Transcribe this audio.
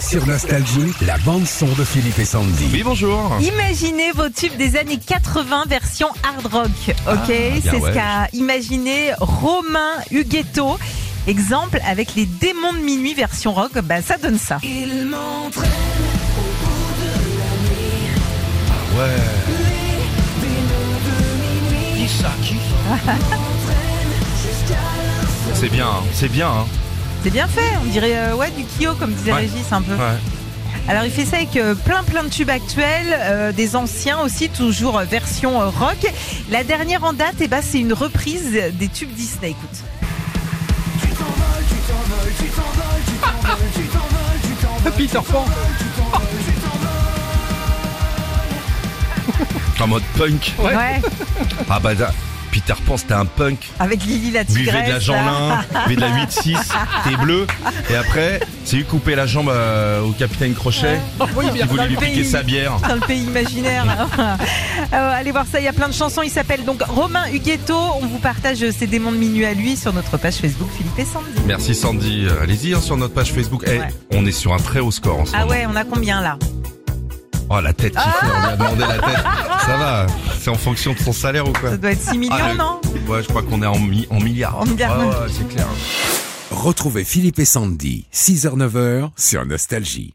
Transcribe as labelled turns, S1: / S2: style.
S1: Sur Nostalgie, la bande-son de Philippe et Sandy.
S2: Oui, bonjour.
S3: Imaginez vos tubes des années 80 version hard rock. Ok,
S2: Ah, bien,
S3: c'est
S2: ouais.
S3: ce qu'a imaginé Romain Huguetto. Exemple avec les démons de minuit version rock, bah ça donne ça.
S2: C'est bien, hein, c'est bien. hein.
S3: C'est bien fait, on dirait euh, ouais du Kyo comme disait
S2: Ouais.
S3: Régis un peu.
S2: Ouais.
S3: Alors il fait ça avec euh, plein plein de tubes actuels, euh, des anciens aussi toujours euh, version euh, rock. La dernière en date, et bah c'est une reprise des tubes Disney. Écoute.
S2: En mode punk.
S3: Ouais.
S2: Ah bah, da- Peter Pan, c'était un punk.
S3: Avec Lily la tigresse.
S2: Buvez de la
S3: là.
S2: Jeanlin, buvez de la 8-6, t'es bleu. Et après, c'est lui couper la jambe euh, au capitaine Crochet qui
S3: dans
S2: voulait
S3: le
S2: lui piquer
S3: pays.
S2: sa bière.
S3: dans le pays imaginaire. Euh, allez voir ça, il y a plein de chansons. Il s'appelle donc Romain Huguetto. On vous partage ses démons de minuit à lui sur notre page Facebook Philippe et Sandy.
S2: Merci Sandy. Euh, Allez-y hein, sur notre page Facebook. Eh,
S3: Ouais.
S2: On est sur un très haut score en ce
S3: Ah
S2: moment.
S3: ouais, Ah. on a combien là
S2: Oh la tête qui fait, on lui a demandé la tête. Ça va, c'est en fonction de son salaire ou quoi
S3: Ça doit être 6 millions,
S2: Ah, le-
S3: non
S2: Ouais, je crois qu'on est en, mi- en milliards.
S3: En milliards.
S2: Ouais, ouais, c'est clair.
S1: Retrouvez Philippe et Sandy, 6h-9h sur Nostalgie.